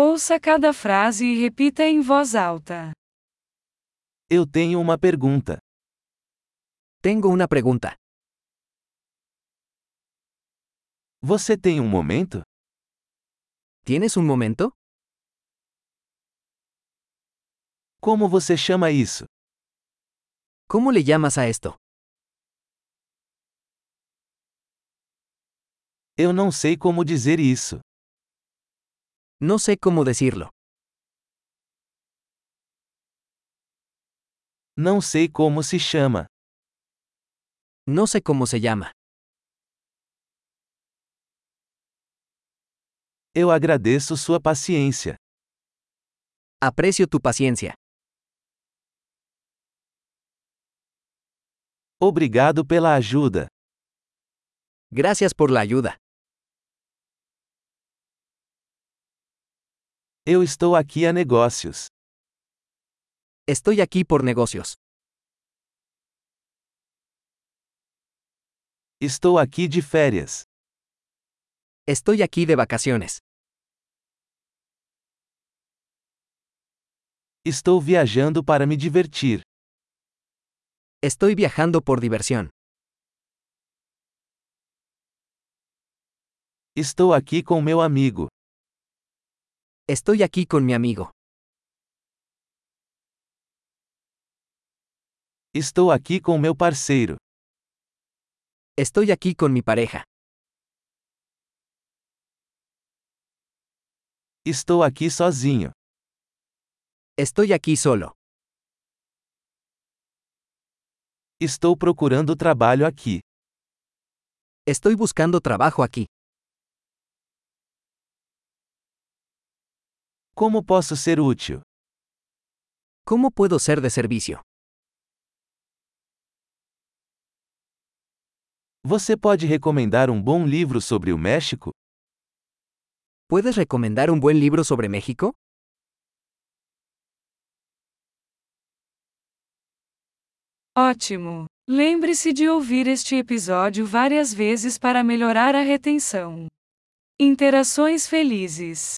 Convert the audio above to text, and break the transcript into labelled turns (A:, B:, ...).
A: Ouça cada frase e repita em voz alta.
B: Eu tenho uma pergunta.
C: Tengo una pregunta.
B: Você tem um momento?
C: ¿Tienes un momento?
B: Como você chama isso?
C: ¿Cómo le llamas a esto?
B: Eu não sei como dizer isso.
C: No sé cómo decirlo.
B: Não sei como se chama.
C: No sé cómo se llama.
B: Eu agradeço sua paciência.
C: Aprecio tu paciencia.
B: Obrigado pela ajuda.
C: Gracias por la ayuda.
B: Eu estou aqui a negócios.
C: Estoy aquí por negocios.
B: Estou aqui de férias.
C: Estoy aquí de vacaciones.
B: Estou viajando para me divertir.
C: Estoy viajando por diversión.
B: Estou aqui com meu amigo.
C: Estoy aquí con mi amigo.
B: Estou aqui com meu parceiro.
C: Estoy aquí con mi pareja.
B: Estou aqui sozinho.
C: Estoy aquí solo.
B: Estou procurando trabalho aqui.
C: Estoy buscando trabajo aquí.
B: Como posso ser útil?
C: ¿Cómo puedo ser de servicio?
B: Você pode recomendar um bom livro sobre o México?
C: ¿Puedes recomendar un buen libro sobre México?
A: Ótimo! Lembre-se de ouvir este episódio várias vezes para melhorar a retenção. Interações felizes.